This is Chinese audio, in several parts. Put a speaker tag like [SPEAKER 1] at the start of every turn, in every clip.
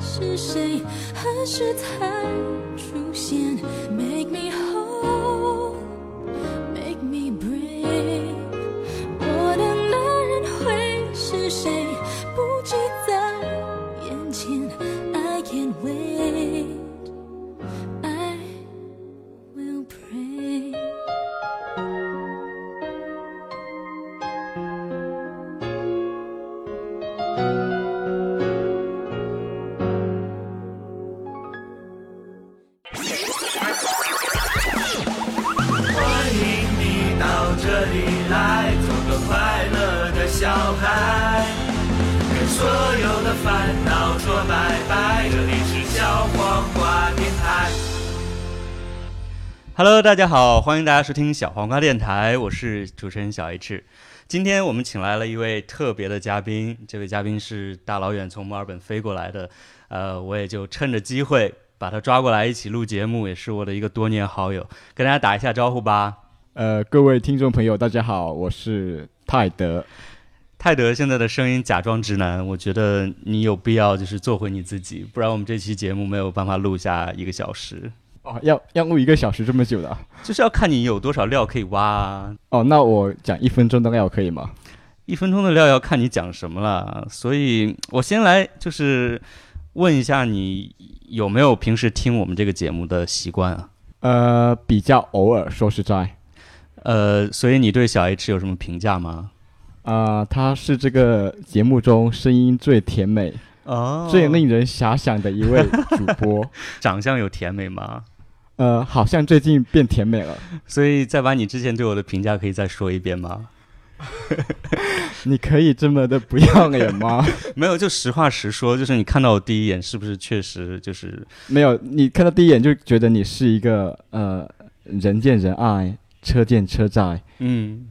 [SPEAKER 1] 谁何时才出现？Make me whole, make me brave。我的男人会是谁？不记在眼前。I can't wait, I will pray。
[SPEAKER 2] 欢迎你到这里来，做个快乐的小孩，跟所有的烦恼说拜拜。这里是小黄瓜电台。
[SPEAKER 3] Hello，大家好，欢迎大家收听小黄瓜电台，我是主持人小 H。今天我们请来了一位特别的嘉宾，这位嘉宾是大老远从墨尔本飞过来的，呃，我也就趁着机会把他抓过来一起录节目，也是我的一个多年好友，跟大家打一下招呼吧。
[SPEAKER 4] 呃，各位听众朋友，大家好，我是泰德。
[SPEAKER 3] 泰德现在的声音假装直男，我觉得你有必要就是做回你自己，不然我们这期节目没有办法录下一个小时，
[SPEAKER 4] 哦，要要录一个小时这么久的啊？
[SPEAKER 3] 就是要看你有多少料可以挖啊。
[SPEAKER 4] 哦，那我讲一分钟的料可以吗？
[SPEAKER 3] 一分钟的料要看你讲什么了，所以我先来就是问一下你有没有平时听我们这个节目的习惯啊？
[SPEAKER 4] 呃，比较偶尔，说实在，
[SPEAKER 3] 呃，所以你对小 H 有什么评价吗？
[SPEAKER 4] 啊，他是这个节目中声音最甜美、
[SPEAKER 3] 哦
[SPEAKER 4] 最令人遐想的一位主播。
[SPEAKER 3] 长相有甜美吗？
[SPEAKER 4] 呃，好像最近变甜美了。
[SPEAKER 3] 所以再把你之前对我的评价可以再说一遍吗？
[SPEAKER 4] 你可以这么的不要脸吗？
[SPEAKER 3] 没有，就实话实说，就是你看到我第一眼是不是确实就是
[SPEAKER 4] 没有，你看到第一眼就觉得你是一个呃，人见人爱、车见车载、
[SPEAKER 3] 嗯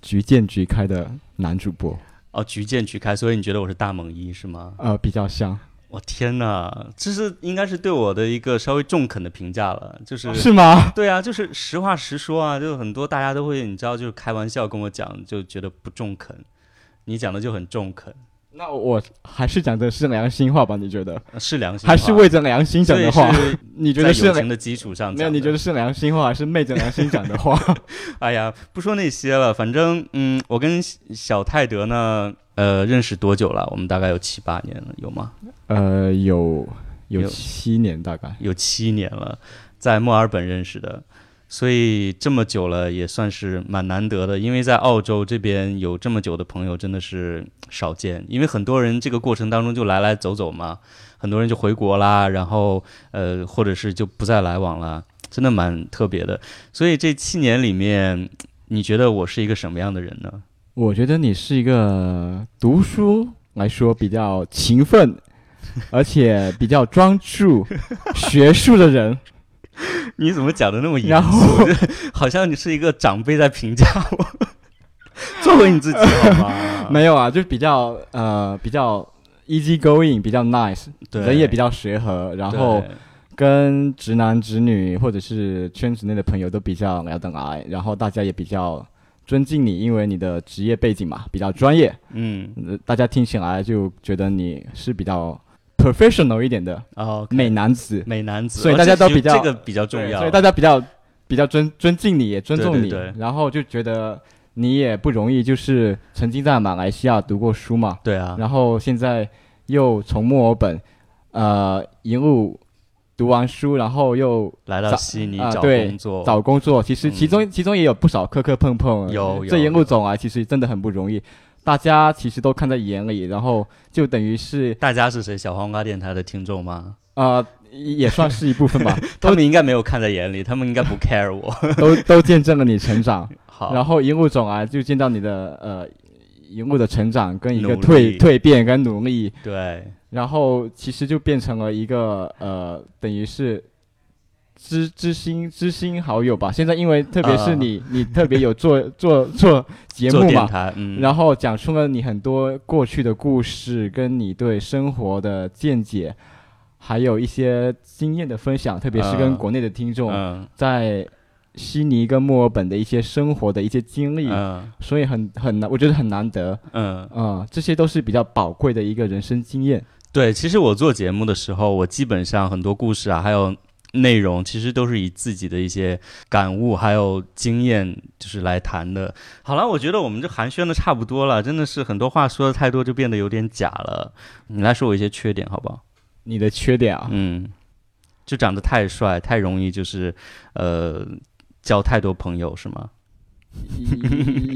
[SPEAKER 4] 局见局开的男主播。
[SPEAKER 3] 哦局见局开，所以你觉得我是大猛一是吗？
[SPEAKER 4] 呃，比较像，
[SPEAKER 3] 我、天哪，这是应该是对我的一个稍微中肯的评价了，就是
[SPEAKER 4] 是吗？
[SPEAKER 3] 对啊，就是实话实说啊，就很多大家都会，你知道，就是开玩笑跟我讲，就觉得不中肯。你讲的就很中肯，
[SPEAKER 4] 那我还是讲的是良心话吧？你觉得？
[SPEAKER 3] 呃是良心话，
[SPEAKER 4] 还是为着良心讲的话
[SPEAKER 3] 所以是？
[SPEAKER 4] 你觉
[SPEAKER 3] 在
[SPEAKER 4] 得是
[SPEAKER 3] 友
[SPEAKER 4] 良
[SPEAKER 3] 情的基础上
[SPEAKER 4] 没有？
[SPEAKER 3] 讲
[SPEAKER 4] 你
[SPEAKER 3] 的
[SPEAKER 4] 觉得是良心话，还是昧着良心讲的 话？
[SPEAKER 3] 哎呀，不说那些了，反正嗯，我跟小小泰德呢，呃，认识多久了？我们大概有七八年了，有吗？
[SPEAKER 4] 呃，有
[SPEAKER 3] 有
[SPEAKER 4] 有七年大概。
[SPEAKER 3] 有七年了，在墨尔本认识的，所以这么久了也算是蛮难得的。因为在澳洲这边有这么久的朋友真的是少见，因为很多人这个过程当中就来来走走嘛，很多人就回国啦，然后呃，或者是就不再来往啦，真的蛮特别的。所以这七年里面，你觉得我是一个什么样的人呢？
[SPEAKER 4] 我觉得你是一个读书来说比较 勤奋，而且比较专注学术的人。
[SPEAKER 3] 你怎么讲的那么严
[SPEAKER 4] 然后，
[SPEAKER 3] 好像你是一个长辈在评价我。 做回你自己
[SPEAKER 4] 呃
[SPEAKER 3] 好吗？
[SPEAKER 4] 没有啊，就比较呃比较 easy going，比较 nice，
[SPEAKER 3] 对，
[SPEAKER 4] 人也比较随和，然后。
[SPEAKER 3] 对
[SPEAKER 4] 跟直男直女或者是圈子内的朋友都比较聊得来，然后大家也比较尊敬你，因为你的职业背景嘛比较专业，
[SPEAKER 3] 嗯，
[SPEAKER 4] 呃大家听起来就觉得你是比较 professional 一点的
[SPEAKER 3] 哦，
[SPEAKER 4] 美男子，
[SPEAKER 3] 美男子，
[SPEAKER 4] 所以
[SPEAKER 3] 哦
[SPEAKER 4] 大家
[SPEAKER 3] 这
[SPEAKER 4] 都比较
[SPEAKER 3] 这个比较重
[SPEAKER 4] 对
[SPEAKER 3] 要，
[SPEAKER 4] 所以大家比较比较尊尊敬你，也尊重你，
[SPEAKER 3] 对对对
[SPEAKER 4] 然后就觉得你也不容易，就是曾经在马来西亚读过书嘛，
[SPEAKER 3] 对啊，
[SPEAKER 4] 然后现在又从墨尔本，呃，一路读完书，然后又
[SPEAKER 3] 来到
[SPEAKER 4] 找
[SPEAKER 3] 悉尼
[SPEAKER 4] 啊
[SPEAKER 3] 找
[SPEAKER 4] 对
[SPEAKER 3] 工作，
[SPEAKER 4] 找工作，其实
[SPEAKER 3] 嗯
[SPEAKER 4] 其中、其中也有不少磕磕碰碰，啊
[SPEAKER 3] 有
[SPEAKER 4] 这
[SPEAKER 3] 有
[SPEAKER 4] 一路走啊来其实真的很不容易，大家其实都看在眼里，然后就等于是
[SPEAKER 3] 大家是谁？小黄瓜电台的听众吗？
[SPEAKER 4] 呃也算是一部 分吧，
[SPEAKER 3] 他们应该没有看在眼里，他们应该不 care 我。
[SPEAKER 4] 都都见证了你成长，
[SPEAKER 3] 好，
[SPEAKER 4] 然后一路走来啊就见到你的呃一路的成长跟一个
[SPEAKER 3] 努力
[SPEAKER 4] 蜕蜕变跟努力，
[SPEAKER 3] 对，
[SPEAKER 4] 然后其实就变成了一个呃等于是。知知心知心好友吧，现在因为特别
[SPEAKER 3] 啊
[SPEAKER 4] 是你，你特别有做做做节
[SPEAKER 3] 做
[SPEAKER 4] 目
[SPEAKER 3] 电
[SPEAKER 4] 嘛，
[SPEAKER 3] 台，嗯，
[SPEAKER 4] 然后讲出了你很多过去的故事，跟你对生活的见解，还有一些经验的分享，特别是跟
[SPEAKER 3] 嗯
[SPEAKER 4] 国内的听众、
[SPEAKER 3] 嗯
[SPEAKER 4] 在悉尼跟墨尔本的一些生活的一些经历，
[SPEAKER 3] 嗯
[SPEAKER 4] 所以很很难，我觉得很难得，啊
[SPEAKER 3] 嗯，
[SPEAKER 4] 嗯，这些都是比较宝贵的一个人生经验。
[SPEAKER 3] 对，其实我做节目的时候，我基本上很多故事啊，还有内容，其实都是以自己的一些感悟还有经验，就是来谈的。好了，我觉得我们这寒暄的差不多了，真的是很多话说的太多，就变得有点假了。你来说我一些缺点，好不好？
[SPEAKER 4] 你的缺点啊，
[SPEAKER 3] 嗯，就长得太帅，太容易就是呃交太多朋友是吗？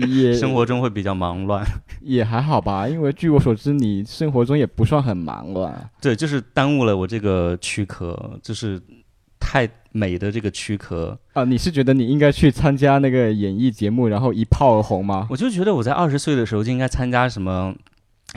[SPEAKER 4] 也
[SPEAKER 3] 生活中会比较忙乱，
[SPEAKER 4] 也还好吧，因为据我所知，你生活中也不算很忙乱。
[SPEAKER 3] 对，就是耽误了我这个躯壳，就是太美的这个躯壳。
[SPEAKER 4] 啊，你是觉得你应该去参加那个演艺节目，然后一炮而红吗？
[SPEAKER 3] 我就觉得我在二十岁的时候就应该参加什么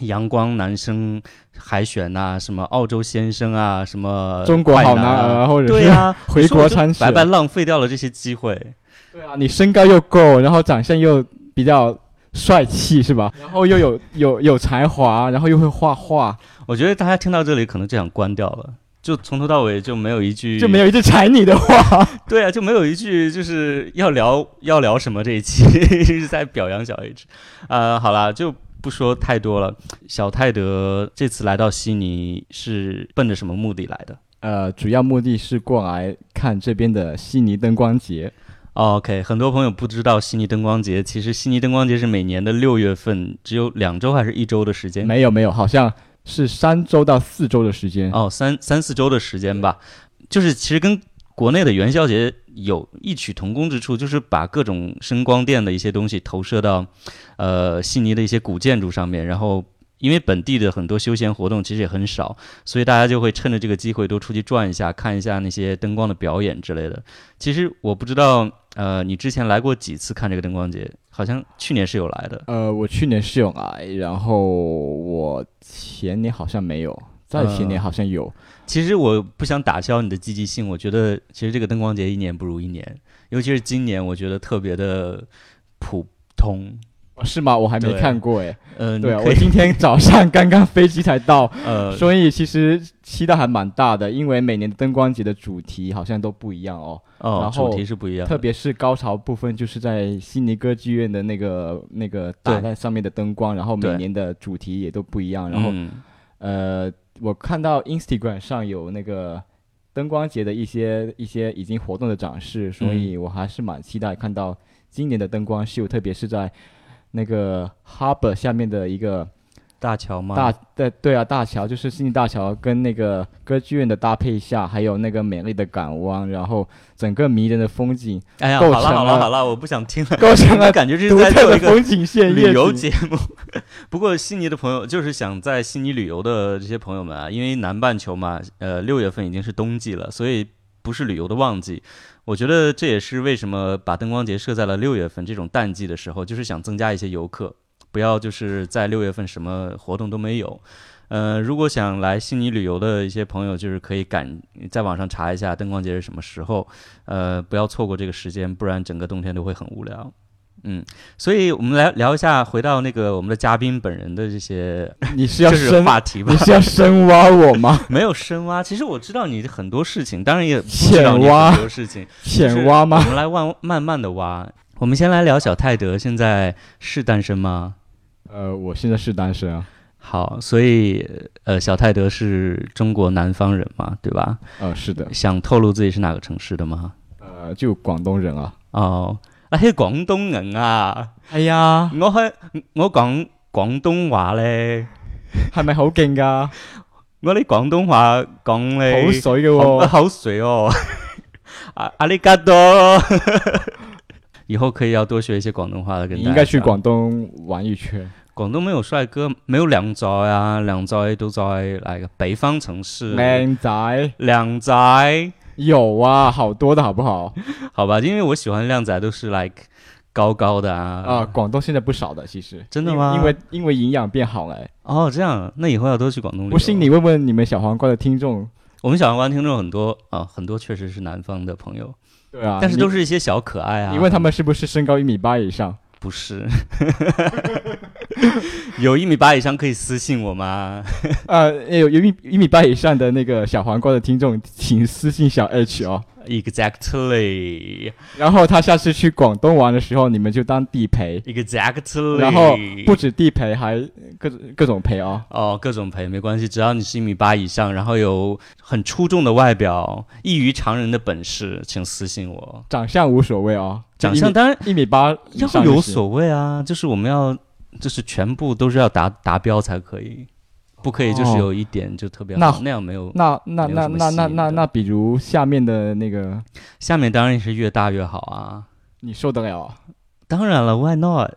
[SPEAKER 3] 阳光男生海选呐、什么澳洲先生啊，什么
[SPEAKER 4] 中国好
[SPEAKER 3] 快
[SPEAKER 4] 男
[SPEAKER 3] 啊
[SPEAKER 4] 儿，或者
[SPEAKER 3] 对
[SPEAKER 4] 是、
[SPEAKER 3] 呀、
[SPEAKER 4] 回
[SPEAKER 3] 你说
[SPEAKER 4] 国
[SPEAKER 3] 我就
[SPEAKER 4] 参选
[SPEAKER 3] 白白浪费掉了这些机会。
[SPEAKER 4] 对啊，你身高又够，然后长相又比较帅气，是吧？然后又有 有有才华，然后又会画画，
[SPEAKER 3] 我觉得大家听到这里可能就想关掉了，就从头到尾就没有一句
[SPEAKER 4] 就没有一句踩你的话。
[SPEAKER 3] 对啊，就没有一句就是要聊要聊什么这一期 是在表扬小 H，呃，好啦，就不说太多了。小泰德这次来到悉尼是奔着什么目的来的
[SPEAKER 4] 呃，主要目的是过来看这边的悉尼灯光节。
[SPEAKER 3] 哦？OK，很多朋友不知道悉尼灯光节，其实悉尼灯光节是每年的六月份，只有两周还是一周的时间，
[SPEAKER 4] 没有没有，好像是三周到四周的时间。
[SPEAKER 3] 哦，三三四周的时间吧，就是其实跟国内的元宵节有异曲同工之处，就是把各种声光电的一些东西投射到，呃，悉尼的一些古建筑上面，然后。因为本地的很多休闲活动其实也很少，所以大家就会趁着这个机会多出去转一下，看一下那些灯光的表演之类的。其实我不知道，呃，你之前来过几次看这个灯光节？好像去年是有来的，
[SPEAKER 4] 呃，我去年是有来，然后我前年好像没有，再前年
[SPEAKER 3] 呃
[SPEAKER 4] 好像有。
[SPEAKER 3] 其实我不想打消你的积极性，我觉得其实这个灯光节一年不如一年，尤其是今年，我觉得特别的普通。
[SPEAKER 4] 哦是吗？我还没
[SPEAKER 3] 对
[SPEAKER 4] 看过哎。
[SPEAKER 3] 呃，你
[SPEAKER 4] 对 啊，
[SPEAKER 3] 可
[SPEAKER 4] 我
[SPEAKER 3] 以
[SPEAKER 4] 今天早上刚刚飞机才到，
[SPEAKER 3] 呃，
[SPEAKER 4] 所以其实期待还蛮大的，因为每年的灯光节的主题好像都不一样哦，
[SPEAKER 3] 哦
[SPEAKER 4] 然，后
[SPEAKER 3] 主题是不一样的，
[SPEAKER 4] 特别是高潮部分，就是在悉尼歌剧院的那个那个
[SPEAKER 3] 对
[SPEAKER 4] 大在上面的灯光，然后每
[SPEAKER 3] 对
[SPEAKER 4] 年的主题也都不一
[SPEAKER 3] 嗯。
[SPEAKER 4] 样。然后、呃，我看到 Instagram 上有那个灯光节的一些一些已经活动的展示，所以
[SPEAKER 3] 嗯
[SPEAKER 4] 我还是蛮期待看到今年的灯光秀，特别是在那个 Harbor 下面的一个。
[SPEAKER 3] 大桥吗？
[SPEAKER 4] 大对对啊，大桥就是悉尼大桥跟那个歌剧院的搭配下，还有那个美丽的港湾，然后整个迷人的风 景，
[SPEAKER 3] 哎呀，好
[SPEAKER 4] 构
[SPEAKER 3] 了
[SPEAKER 4] 成
[SPEAKER 3] 好了
[SPEAKER 4] 了
[SPEAKER 3] 好了，我不想听了，
[SPEAKER 4] 构成
[SPEAKER 3] 我
[SPEAKER 4] 了
[SPEAKER 3] 感觉这是
[SPEAKER 4] 独
[SPEAKER 3] 在
[SPEAKER 4] 特
[SPEAKER 3] 做
[SPEAKER 4] 的
[SPEAKER 3] 一个
[SPEAKER 4] 风景线
[SPEAKER 3] 旅
[SPEAKER 4] 夜
[SPEAKER 3] 游
[SPEAKER 4] 景。
[SPEAKER 3] 节目。不过悉尼的朋友，就是想在悉尼旅游的这些朋友们啊，因为南半球嘛，呃，六月份已经是冬季了，所以不是旅游的旺季。我觉得这也是为什么把灯光节设在了六月份这种淡季的时候，就是想增加一些游客，不要就是在六月份什么活动都没有。呃，如果想来悉尼旅游的一些朋友，就是可以赶在网上查一下灯光节是什么时候，呃，不要错过这个时间，不然整个冬天都会很无聊。嗯，所以我们来聊一下，回到那个我们的嘉宾本人的这些
[SPEAKER 4] 你是要
[SPEAKER 3] 就是
[SPEAKER 4] 深，
[SPEAKER 3] 话题吧
[SPEAKER 4] 你，是要深挖我吗？
[SPEAKER 3] 没有深挖。其实我知道你很多事情，当然也不知道你
[SPEAKER 4] 浅挖
[SPEAKER 3] 很多事 情，
[SPEAKER 4] 浅挖
[SPEAKER 3] 我
[SPEAKER 4] 吗？
[SPEAKER 3] 们来慢慢慢的挖。我们先来聊小泰德，现在是单身吗？
[SPEAKER 4] 呃，我现在是单身啊，
[SPEAKER 3] 好，所以呃，小泰德是中国南方人嘛，对吧？
[SPEAKER 4] 呃，是的，
[SPEAKER 3] 想透露自己是哪个城市的吗？
[SPEAKER 4] 呃，就广东人啊。
[SPEAKER 3] 哦，啊，係廣東人啊，
[SPEAKER 4] 哎呀，
[SPEAKER 3] 我係我講廣東話咧，
[SPEAKER 4] 系咪好啊勁噶？ 口
[SPEAKER 3] 我啲廣東話講咧
[SPEAKER 4] 水嘅
[SPEAKER 3] 哎好
[SPEAKER 4] 喎，
[SPEAKER 3] 好水哦， 啊阿里嘎多，以后可以要多学一些广东话了。跟
[SPEAKER 4] 你
[SPEAKER 3] 大家
[SPEAKER 4] 应該去
[SPEAKER 3] 讲
[SPEAKER 4] 廣東玩一圈。
[SPEAKER 3] 广东没有帅哥，没有靓仔啊，靓仔都在那个北方城市。
[SPEAKER 4] 靚仔
[SPEAKER 3] 靓仔，
[SPEAKER 4] 有啊，好多的好不好？
[SPEAKER 3] 好吧，因为我喜欢靓仔都是 like 高高的
[SPEAKER 4] 啊，
[SPEAKER 3] 啊。
[SPEAKER 4] 广东现在不少的，其实
[SPEAKER 3] 真的
[SPEAKER 4] 因
[SPEAKER 3] 吗
[SPEAKER 4] 因为因为营养变好了、
[SPEAKER 3] 哦，这样，那以后要多去广东旅游。
[SPEAKER 4] 不信你，问问你们小黄瓜的听众，
[SPEAKER 3] 我们小黄瓜听众很多啊，很多确实是南方的朋友，
[SPEAKER 4] 对啊，
[SPEAKER 3] 但是都
[SPEAKER 4] 你、
[SPEAKER 3] 是一些小可爱啊。
[SPEAKER 4] 你问他们是不是身高一米八以上？
[SPEAKER 3] 不是， 有一米八以上可以私信我吗？
[SPEAKER 4] 啊呃，有有一米一米八以上的那个小黄瓜的听众，请私信小 H 哦。
[SPEAKER 3] Exactly,
[SPEAKER 4] 然后他下次去广东玩的时候，你们就当地陪，
[SPEAKER 3] exactly。
[SPEAKER 4] 然后
[SPEAKER 3] 嗯
[SPEAKER 4] 不止地陪，还各各种陪哦。
[SPEAKER 3] 哦，各种陪没关系，只要你是一米八以上，然后有很出众的外表，异于常人的本事，请私信我。
[SPEAKER 4] 长相无所谓哦，
[SPEAKER 3] 长相当然
[SPEAKER 4] 一米八以
[SPEAKER 3] 要
[SPEAKER 4] 上就
[SPEAKER 3] 有
[SPEAKER 4] 行
[SPEAKER 3] 所谓啊，就是我们要，就是全部都是要达达标才可以，不可以就是
[SPEAKER 4] 哦
[SPEAKER 3] 有一点就特别
[SPEAKER 4] 那
[SPEAKER 3] 好，那样没有。
[SPEAKER 4] 那那
[SPEAKER 3] 没有
[SPEAKER 4] 那
[SPEAKER 3] 什么
[SPEAKER 4] 那
[SPEAKER 3] 吸
[SPEAKER 4] 那
[SPEAKER 3] 引
[SPEAKER 4] 那
[SPEAKER 3] 的
[SPEAKER 4] 那，比如下面的那个，
[SPEAKER 3] 下面当然是越大越好啊，
[SPEAKER 4] 你受得了啊？
[SPEAKER 3] 当然了，Why not？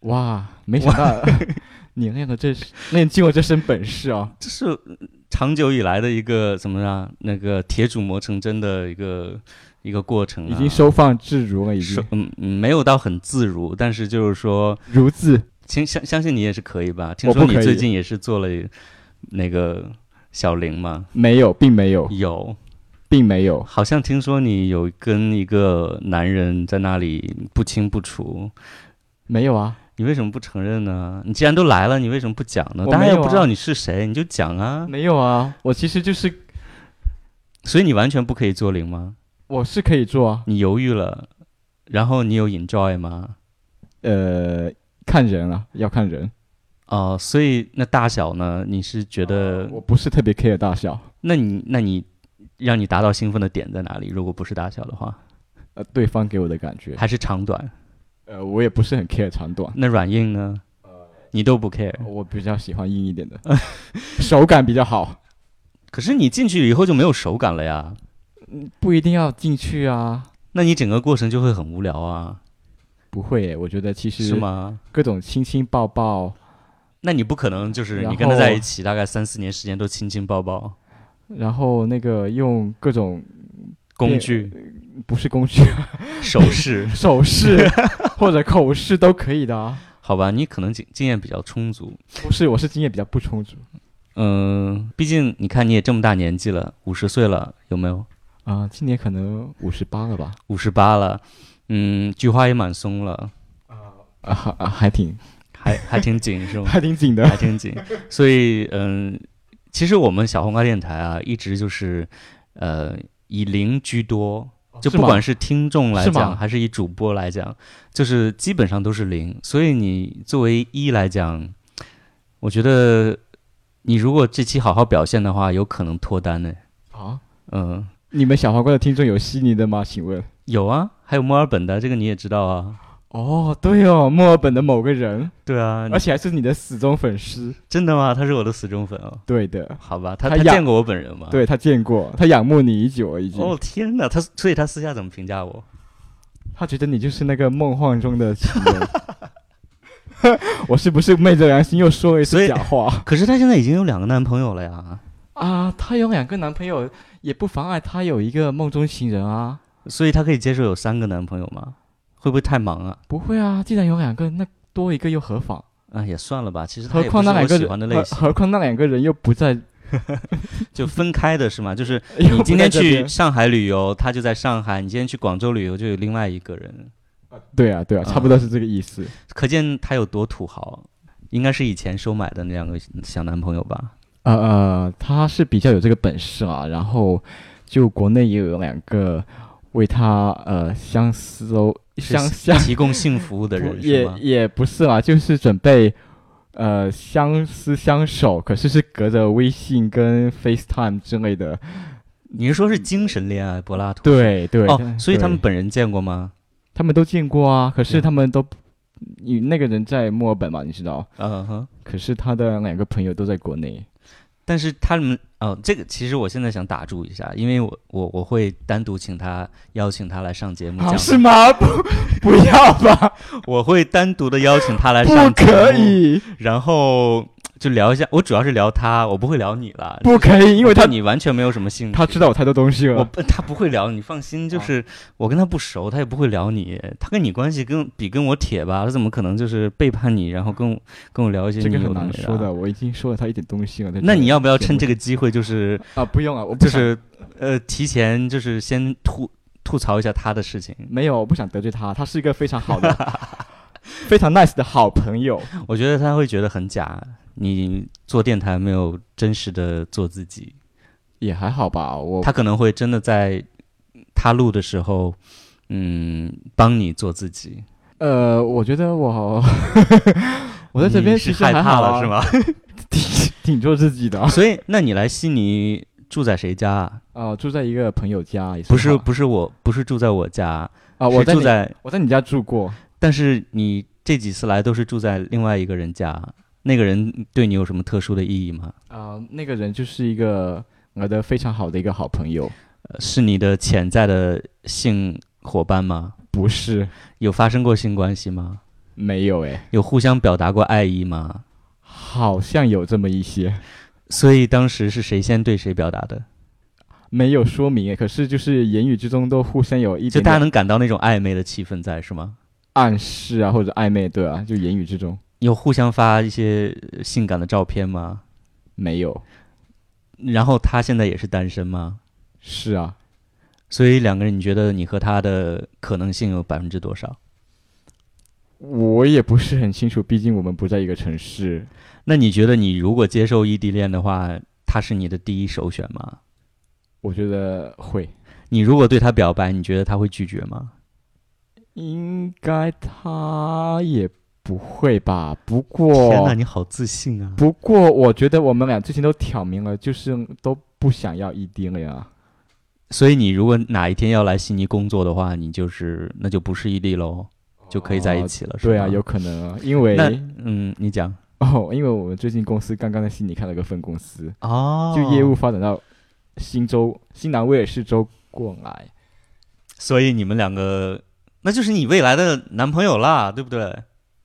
[SPEAKER 4] 哇，没想到 你练了这是练尽了这身本事哦。
[SPEAKER 3] 这是长久以来的一个怎么样？那个铁杵磨成针的一个一个过程、啊，
[SPEAKER 4] 已经收放自如了，已
[SPEAKER 3] 是
[SPEAKER 4] 经
[SPEAKER 3] 嗯嗯，没有到很自如，但是就是说，
[SPEAKER 4] 如字。
[SPEAKER 3] 听相相信你也是可以吧？听
[SPEAKER 4] 我
[SPEAKER 3] 说
[SPEAKER 4] 不
[SPEAKER 3] 你
[SPEAKER 4] 可以
[SPEAKER 3] 最近也是做了那个小玲嘛？
[SPEAKER 4] 没有，并没有，
[SPEAKER 3] 有，
[SPEAKER 4] 并没有。
[SPEAKER 3] 好像听说你有跟一个男人在那里不清不楚，
[SPEAKER 4] 没有啊，
[SPEAKER 3] 你为什么不承认呢？你既然都来了，你为什么不讲呢？
[SPEAKER 4] 我
[SPEAKER 3] 大家
[SPEAKER 4] 没有
[SPEAKER 3] 又不知
[SPEAKER 4] 啊
[SPEAKER 3] 道你是谁，你就讲啊。
[SPEAKER 4] 没有啊，我其实就是
[SPEAKER 3] 所以你完全不可以做零吗？
[SPEAKER 4] 我是可以做啊，
[SPEAKER 3] 你犹豫了，然后你有 enjoy 吗？
[SPEAKER 4] 呃，看人啊，要看人。
[SPEAKER 3] 哦、所以那大小呢？你是觉得
[SPEAKER 4] 嗯我不是特别 care 大小，
[SPEAKER 3] 那你那你让你达到兴奋的点在哪里？如果不是大小的话，
[SPEAKER 4] 呃，对方给我的感觉，
[SPEAKER 3] 还是长短？
[SPEAKER 4] 呃，我也不是很 care 长短，
[SPEAKER 3] 那软硬呢？你都不 care。
[SPEAKER 4] 我比较喜欢硬一点 的，手感比较好，
[SPEAKER 3] 可是你进去以后就没有手感了呀，
[SPEAKER 4] 嗯不一定要进去啊。
[SPEAKER 3] 那你整个过程就会很无聊啊，
[SPEAKER 4] 不会耶，我觉得其
[SPEAKER 3] 是
[SPEAKER 4] 实
[SPEAKER 3] 吗？
[SPEAKER 4] 各种亲亲抱抱，
[SPEAKER 3] 那你不可能就是
[SPEAKER 4] 然
[SPEAKER 3] 你跟他
[SPEAKER 4] 后
[SPEAKER 3] 在一起大概三四年时间都亲亲抱抱，
[SPEAKER 4] 然后那个用各种
[SPEAKER 3] 工具、
[SPEAKER 4] 不是工具，，
[SPEAKER 3] 手势
[SPEAKER 4] 手 势或者口试都可以的啊。
[SPEAKER 3] 好吧？你可能经经验比较充足，
[SPEAKER 4] 不是，我是经验比较不充足
[SPEAKER 3] 嗯、毕竟你看你也这么大年纪了，五十岁了，有没有？
[SPEAKER 4] 啊、今年可能五十八了吧？
[SPEAKER 3] 五十八了，嗯，菊花也蛮松了，
[SPEAKER 4] 啊，还啊还挺
[SPEAKER 3] 还 还挺紧是吗？
[SPEAKER 4] 还挺紧的。
[SPEAKER 3] 还挺紧。所以，嗯，其实我们小黄瓜电台啊，一直就是呃以零居多，就不管是听众来
[SPEAKER 4] 哦是吗
[SPEAKER 3] 讲，还是以主播来讲，就是基本上都是零。所以你作为一来讲，我觉得你如果这期好好表现的话，有可能脱单呢。
[SPEAKER 4] 啊，
[SPEAKER 3] 嗯，
[SPEAKER 4] 你们小黄瓜的听众有悉尼的吗？请问？
[SPEAKER 3] 有啊，还有墨尔本的，这个你也知道啊。
[SPEAKER 4] 哦，对哦，墨尔本的某个人，
[SPEAKER 3] 对啊，
[SPEAKER 4] 而且还是你的死忠粉丝。
[SPEAKER 3] 真的吗？他是我的死忠粉哦。
[SPEAKER 4] 对的，
[SPEAKER 3] 好吧，他
[SPEAKER 4] 他
[SPEAKER 3] 他
[SPEAKER 4] 养
[SPEAKER 3] 见过我本人吗？。
[SPEAKER 4] 对他见过，他仰慕你已久了已经。
[SPEAKER 3] 哦天哪，他所以他私下怎么评价我？
[SPEAKER 4] 他觉得你就是那个梦幻中的情人。 我是不是昧着良心又说了一
[SPEAKER 3] 所以
[SPEAKER 4] 次假话
[SPEAKER 3] 可是她现在已经有两个男朋友了呀，
[SPEAKER 4] 啊？她有两个男朋友，也不妨碍她有一个梦中情人啊。
[SPEAKER 3] 所以她可以接受有三个男朋友吗？会不会太忙啊？
[SPEAKER 4] 不会啊，既然有两个，那多一个又何妨？
[SPEAKER 3] 啊，也算了吧。其实她
[SPEAKER 4] 何
[SPEAKER 3] 也不
[SPEAKER 4] 况
[SPEAKER 3] 是
[SPEAKER 4] 那两
[SPEAKER 3] 我
[SPEAKER 4] 个
[SPEAKER 3] 喜
[SPEAKER 4] 人，
[SPEAKER 3] 欢的类
[SPEAKER 4] 何
[SPEAKER 3] 型，
[SPEAKER 4] 何况那两个人又不在。
[SPEAKER 3] 就分开的是吗？ 就是
[SPEAKER 4] 又
[SPEAKER 3] 你
[SPEAKER 4] 不
[SPEAKER 3] 今
[SPEAKER 4] 在
[SPEAKER 3] 天
[SPEAKER 4] 这
[SPEAKER 3] 去
[SPEAKER 4] 边
[SPEAKER 3] 上海旅游，他就在上海；你今天去广州旅游，就有另外一个人。
[SPEAKER 4] 对啊，对啊，
[SPEAKER 3] 啊
[SPEAKER 4] 差不多是这个意思。
[SPEAKER 3] 可见他有多土豪，应该是以前收买的那两个小男朋友吧？
[SPEAKER 4] 呃呃，他是比较有这个本事啦，然后就国内也有两个为他呃相思哦，
[SPEAKER 3] 是
[SPEAKER 4] 相相
[SPEAKER 3] 提供性服务的人是
[SPEAKER 4] 也
[SPEAKER 3] 吗？
[SPEAKER 4] 也不是啦，就是准备呃相思相守，可是是隔着微信跟 FaceTime 之类的。
[SPEAKER 3] 你是说是精神恋爱柏拉图？
[SPEAKER 4] 对对
[SPEAKER 3] 哦，所以他们
[SPEAKER 4] 对
[SPEAKER 3] 本人见过吗？
[SPEAKER 4] 他们都见过啊，可
[SPEAKER 3] 对
[SPEAKER 4] 是他们都。你那个人在墨尔本嘛，你知道？
[SPEAKER 3] 嗯哼。
[SPEAKER 4] 可是他的两个朋友都在国内。
[SPEAKER 3] 但是他们哦，这个其实我现在想打住一下，因为我我我会单独请他邀请他来上节目，
[SPEAKER 4] 啊，
[SPEAKER 3] 讲
[SPEAKER 4] 是吗？ 不，不要吧，
[SPEAKER 3] 我会单独的邀请他来
[SPEAKER 4] 不
[SPEAKER 3] 上节目，
[SPEAKER 4] 可，以，
[SPEAKER 3] 然后就聊一下，我主要是聊他，我不会聊你了，
[SPEAKER 4] 不可以，因为
[SPEAKER 3] 我对
[SPEAKER 4] 他
[SPEAKER 3] 你完全没有什么兴趣，
[SPEAKER 4] 他知道我太多东西
[SPEAKER 3] 我
[SPEAKER 4] 了。
[SPEAKER 3] 不他不会聊你，放心，
[SPEAKER 4] 哦
[SPEAKER 3] 就是我跟他不熟，他也不会聊你，他跟你关系跟比跟我铁吧，他怎么可能就是背叛你，然后跟我跟我聊一些
[SPEAKER 4] 这
[SPEAKER 3] 你
[SPEAKER 4] 个
[SPEAKER 3] 有
[SPEAKER 4] 很
[SPEAKER 3] 的没
[SPEAKER 4] 难说
[SPEAKER 3] 的
[SPEAKER 4] 的，我已经说了他一点东西了。
[SPEAKER 3] 那你要不要趁这
[SPEAKER 4] 个
[SPEAKER 3] 个机会就是？
[SPEAKER 4] 啊？不用啊，我不
[SPEAKER 3] 就
[SPEAKER 4] 想
[SPEAKER 3] 是呃，提前就是先吐吐槽一下他的事情。
[SPEAKER 4] 没有，我不想得罪他，他是一个非常 好的、非常 nice 的好朋友。
[SPEAKER 3] 我觉得他会觉得很假，你做电台没有真实的做自己，
[SPEAKER 4] 也还好吧，我
[SPEAKER 3] 他可能会真的在他录的时候，嗯，帮你做自己。
[SPEAKER 4] 呃，我觉得我 好我在这边
[SPEAKER 3] 你
[SPEAKER 4] 其
[SPEAKER 3] 是
[SPEAKER 4] 实
[SPEAKER 3] 害怕
[SPEAKER 4] 还好
[SPEAKER 3] 了
[SPEAKER 4] 啊
[SPEAKER 3] 是？吗？
[SPEAKER 4] 挺做自己的 啊、
[SPEAKER 3] 所以，那你来悉尼住在谁家啊？
[SPEAKER 4] 呃住在一个朋友家也
[SPEAKER 3] 不是
[SPEAKER 4] 好
[SPEAKER 3] 不是我，不是住在我家，
[SPEAKER 4] 啊，我
[SPEAKER 3] 是
[SPEAKER 4] 在
[SPEAKER 3] 住
[SPEAKER 4] 你
[SPEAKER 3] 在，
[SPEAKER 4] 我在你家住过，
[SPEAKER 3] 但是你这几次来都是住在另外一个人家，那个人对你有什么特殊的意义吗？
[SPEAKER 4] 啊、那个人就是一个我的非常好的一个好朋友，
[SPEAKER 3] 呃是你的潜在的性伙伴吗？
[SPEAKER 4] 不是
[SPEAKER 3] 有发生过性关系吗？
[SPEAKER 4] 没有诶，
[SPEAKER 3] 有互相表达过爱意吗？
[SPEAKER 4] 好像有这么一些，
[SPEAKER 3] 所以当时是谁先对谁表达的？
[SPEAKER 4] 没有说明诶，可是就是言语之中都互相有一
[SPEAKER 3] 就
[SPEAKER 4] 点
[SPEAKER 3] 大家
[SPEAKER 4] 点
[SPEAKER 3] 能感到那种暧昧的气氛在是吗？
[SPEAKER 4] 暗示啊或者暧昧，对啊，就言语之中
[SPEAKER 3] 有互相发一些呃性感的照片吗？
[SPEAKER 4] 没有，
[SPEAKER 3] 然后他现在也是单身吗？
[SPEAKER 4] 是啊，
[SPEAKER 3] 所以两个人，你觉得你和他的可能性有百分之多少？
[SPEAKER 4] 我也不是很清楚，毕竟我们不在一个城市，
[SPEAKER 3] 那你觉得你如果接受异地恋的话，他是你的第一首选吗？
[SPEAKER 4] 我觉得会。
[SPEAKER 3] 你如果对他表白，你觉得他会拒绝吗？
[SPEAKER 4] 应该他也不会吧？不
[SPEAKER 3] 天哪，
[SPEAKER 4] 过，
[SPEAKER 3] 你好自信啊！
[SPEAKER 4] 不过，我觉得我们俩之前都挑明了，就是都不想要异地恋啊。
[SPEAKER 3] 所以你如果哪一天要来悉尼工作的话，你就是那就不是异地喽，就可以在一起了，是吧？
[SPEAKER 4] 哦对啊，有可能啊，因为
[SPEAKER 3] 那嗯，你讲
[SPEAKER 4] 哦，因为我们最近公司刚刚在悉尼开了个分公司，
[SPEAKER 3] 哦
[SPEAKER 4] 就业务，发展到新州、新南威尔士州过来。
[SPEAKER 3] 所以你们两个那就是你未来的男朋友啦，对不对？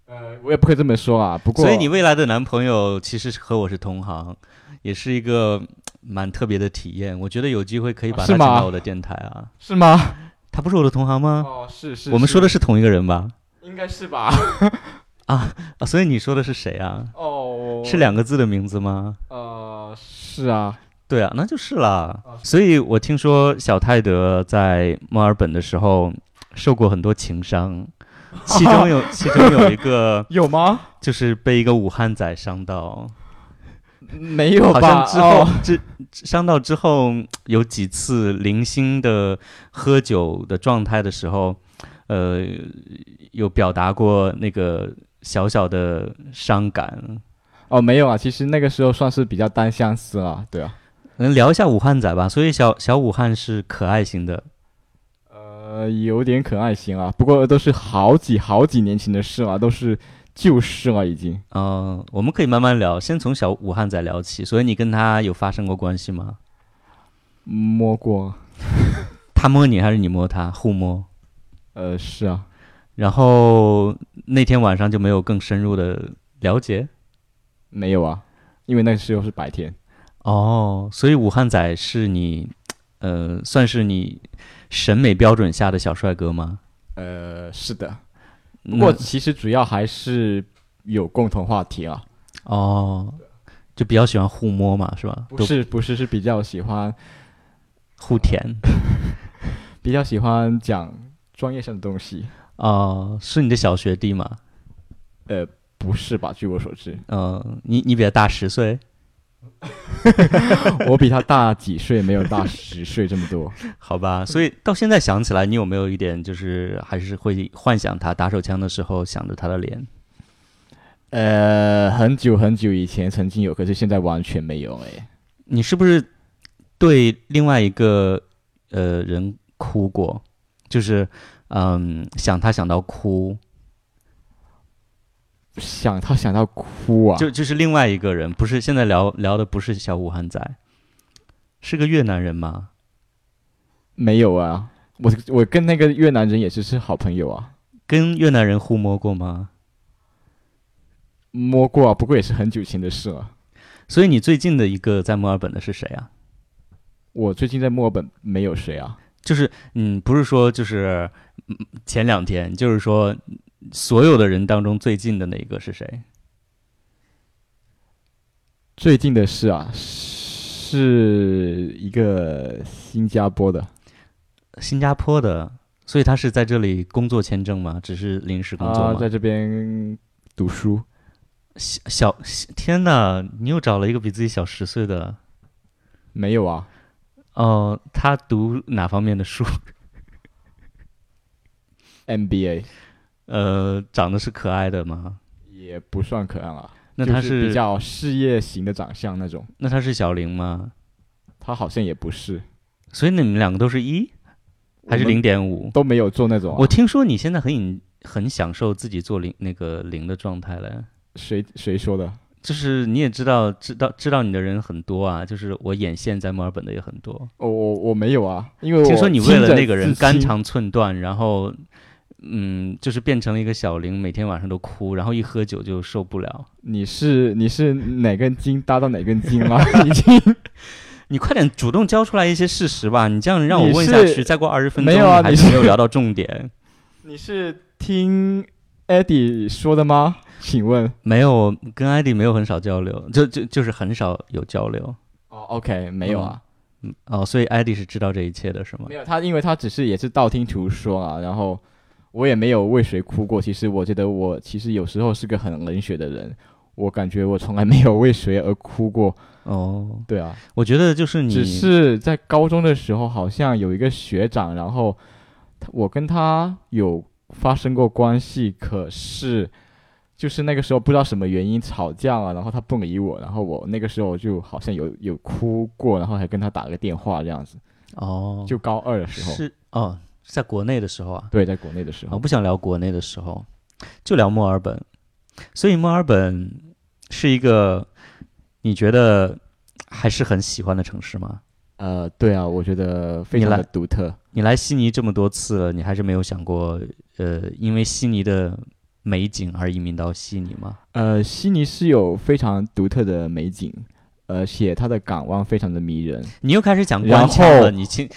[SPEAKER 4] 呃，我也不可以这么说啊，不过，
[SPEAKER 3] 所以你未来的男朋友其实是和我是同行，也是一 个嗯蛮特别的体验。我觉得有机会可以把他
[SPEAKER 4] 是
[SPEAKER 3] 请
[SPEAKER 4] 吗
[SPEAKER 3] 到我的电台啊。
[SPEAKER 4] 是吗？
[SPEAKER 3] 他不是我的同行吗？
[SPEAKER 4] 哦，是是，
[SPEAKER 3] 啊我们说的是同一个人吧？
[SPEAKER 4] 应该 是吧？
[SPEAKER 3] 啊，所以你说的是谁啊？
[SPEAKER 4] 哦，
[SPEAKER 3] 是两个字的名字吗？
[SPEAKER 4] 呃，是啊，
[SPEAKER 3] 对啊，那就是啦。所以我听说小泰德在墨尔本的时候受过很多情伤，其中有 其中有一个
[SPEAKER 4] 有吗？
[SPEAKER 3] 就是被一个武汉仔伤到，
[SPEAKER 4] 没有
[SPEAKER 3] 好
[SPEAKER 4] 吧？
[SPEAKER 3] 像之后
[SPEAKER 4] 哦
[SPEAKER 3] 之、伤到之后有几次零星的喝酒的状态的时候，呃，有表达过那个小小的伤感。
[SPEAKER 4] 哦，没有啊，其实那个时候算是比较单相思了，对啊，
[SPEAKER 3] 能聊一下武汉仔吧？所以小小武汉是可爱型的，
[SPEAKER 4] 呃，有点可爱型啊，不过都是好几好几年前的事了，都是旧事了已经。
[SPEAKER 3] 嗯、我们可以慢慢聊，先从小武汉仔聊起。所以你跟他有发生过关系吗？
[SPEAKER 4] 摸过，
[SPEAKER 3] 他摸你还是你摸他？互摸？
[SPEAKER 4] 呃，是啊，
[SPEAKER 3] 然后那天晚上就没有更深入的了解
[SPEAKER 4] 没有啊，因为那个时候是白天，
[SPEAKER 3] 哦。所以武汉仔是你，呃，算是你审美标准下的小帅哥吗？
[SPEAKER 4] 呃，是的，不
[SPEAKER 3] 那
[SPEAKER 4] 过其实主要还是有共同话题啊，
[SPEAKER 3] 哦，就比较喜欢互摸嘛，是吧？
[SPEAKER 4] 不是不是是比较喜欢
[SPEAKER 3] 都互舔
[SPEAKER 4] 比较喜欢讲专业上的东西，
[SPEAKER 3] 哦，是你的小学弟嘛？
[SPEAKER 4] 呃，不是吧？据我所 知，
[SPEAKER 3] 呃，你你比他大十岁，
[SPEAKER 4] 我比他大几岁，没有大十岁这么 多。
[SPEAKER 3] 好
[SPEAKER 4] 嗯
[SPEAKER 3] 吧？所以到现在想起来，你有没有一点就是还是会幻想他打手枪的时候想着他的脸？
[SPEAKER 4] 呃，很久很久以前曾经有，可是现在完全没有哎。
[SPEAKER 3] 你是不是对另外一个呃人哭过？就是嗯，想他想到哭，
[SPEAKER 4] 想他想到哭啊！
[SPEAKER 3] 就就是另外一个人，不是现在聊聊的不是小武汉仔，是个越南人吗？
[SPEAKER 4] 没有啊，我我跟那个越南人也只是好朋友啊，
[SPEAKER 3] 跟越南人互摸过吗？
[SPEAKER 4] 摸过啊，不过也是很久以前的事了。
[SPEAKER 3] 所以你最近的一个在墨尔本的是谁啊？
[SPEAKER 4] 我最近在墨尔本没有谁啊，
[SPEAKER 3] 就是嗯，不是说就是嗯前两天，就是说所有的人当中最近的那一个是谁？
[SPEAKER 4] 最近的事啊，是一个新加坡的，
[SPEAKER 3] 新加坡的，所以他是在这里工作签证吗？只是临时工作吗？
[SPEAKER 4] 啊，在这边读书，
[SPEAKER 3] 小小小天呐，你又找了一个比自己小十岁的。
[SPEAKER 4] 没有啊，
[SPEAKER 3] 哦、他读哪方面的书？
[SPEAKER 4] MBA
[SPEAKER 3] 呃，长得是可爱的吗？
[SPEAKER 4] 也不算可爱了，
[SPEAKER 3] 那他
[SPEAKER 4] 就是比较事业型的长相那种，
[SPEAKER 3] 那他是小玲吗？
[SPEAKER 4] 他好像也不是，
[SPEAKER 3] 所以你们两个都是一还是
[SPEAKER 4] 我们
[SPEAKER 3] 零点五？
[SPEAKER 4] 都没有做那种啊、
[SPEAKER 3] 我听说你现在很隐很享受自己做零那个零的状态了，
[SPEAKER 4] 谁谁说的？
[SPEAKER 3] 就是你也知道知道知道你的人很多啊，就是我眼线在墨尔本的也很多。
[SPEAKER 4] 我哦我我没有啊，因为我
[SPEAKER 3] 听说你为
[SPEAKER 4] 亲
[SPEAKER 3] 了
[SPEAKER 4] 着
[SPEAKER 3] 那个人
[SPEAKER 4] 自
[SPEAKER 3] 肝
[SPEAKER 4] 亲
[SPEAKER 3] 肠寸断，然后嗯，就是变成了一个小玲，每天晚上都哭，然后一喝酒就受不了。
[SPEAKER 4] 你是你是哪根筋搭到哪根筋 吗？已经
[SPEAKER 3] 你快点主动交出来一些事实吧！你这样让我
[SPEAKER 4] 你
[SPEAKER 3] 问下
[SPEAKER 4] 是
[SPEAKER 3] 去，再过二十分钟
[SPEAKER 4] 没有啊
[SPEAKER 3] 你还
[SPEAKER 4] 你
[SPEAKER 3] 是
[SPEAKER 4] 是
[SPEAKER 3] 没有聊到重点。
[SPEAKER 4] 你是听 Eddie 说的吗？请问
[SPEAKER 3] 没有，跟艾迪没有很少交流，就就就是很少有交流。
[SPEAKER 4] 哦，OK，没有啊，
[SPEAKER 3] 嗯，哦，所以艾迪是知道这一切的，是吗
[SPEAKER 4] 没？有他，因为他只是也是道听途说啊，然后我也没有为谁哭过。其实我觉得我其实有时候是个很冷血的人，我感觉我从来没有为谁而哭过。
[SPEAKER 3] 哦，
[SPEAKER 4] 对啊，
[SPEAKER 3] 我觉得就是你，
[SPEAKER 4] 只是在高中的时候，好像有一个学长，然后他我跟他有发生过关系，可是就是那个时候不知道什么原因吵架了，然后他不理我，然后我那个时候就好像有有哭过，然后还跟他打了个电话这样子，
[SPEAKER 3] 哦，
[SPEAKER 4] 就高二的时候，
[SPEAKER 3] 是哦，在国内的时候啊，
[SPEAKER 4] 嗯对，在国内的时
[SPEAKER 3] 我、
[SPEAKER 4] 候，
[SPEAKER 3] 不想聊国内的时候，就聊墨尔本。所以墨尔本是一个你觉得还是很喜欢的城市吗？
[SPEAKER 4] 呃，对啊，我觉得非
[SPEAKER 3] 你
[SPEAKER 4] 常
[SPEAKER 3] 来
[SPEAKER 4] 的独特，
[SPEAKER 3] 你来悉尼这么多次了，你还是没有想过，呃，因为悉尼的美景而移民到悉尼吗？
[SPEAKER 4] 呃，悉尼是有非常独特的美景，而且它的港湾非常的迷人。
[SPEAKER 3] 你又开始讲
[SPEAKER 4] 然
[SPEAKER 3] 官腔了，
[SPEAKER 4] 后
[SPEAKER 3] 你请